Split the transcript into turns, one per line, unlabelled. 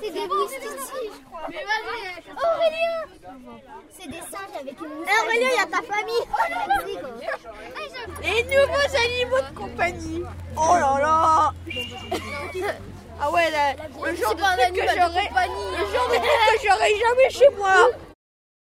C'est des moustiques. Aurélien C'est des singes avec une moustache.
Eh, Aurélien, il y a ta famille. Les nouveaux animaux de compagnie. Oh là là. Ah ouais, là, le genre de truc que j'aurais, le genre de truc que j'aurais jamais chez moi.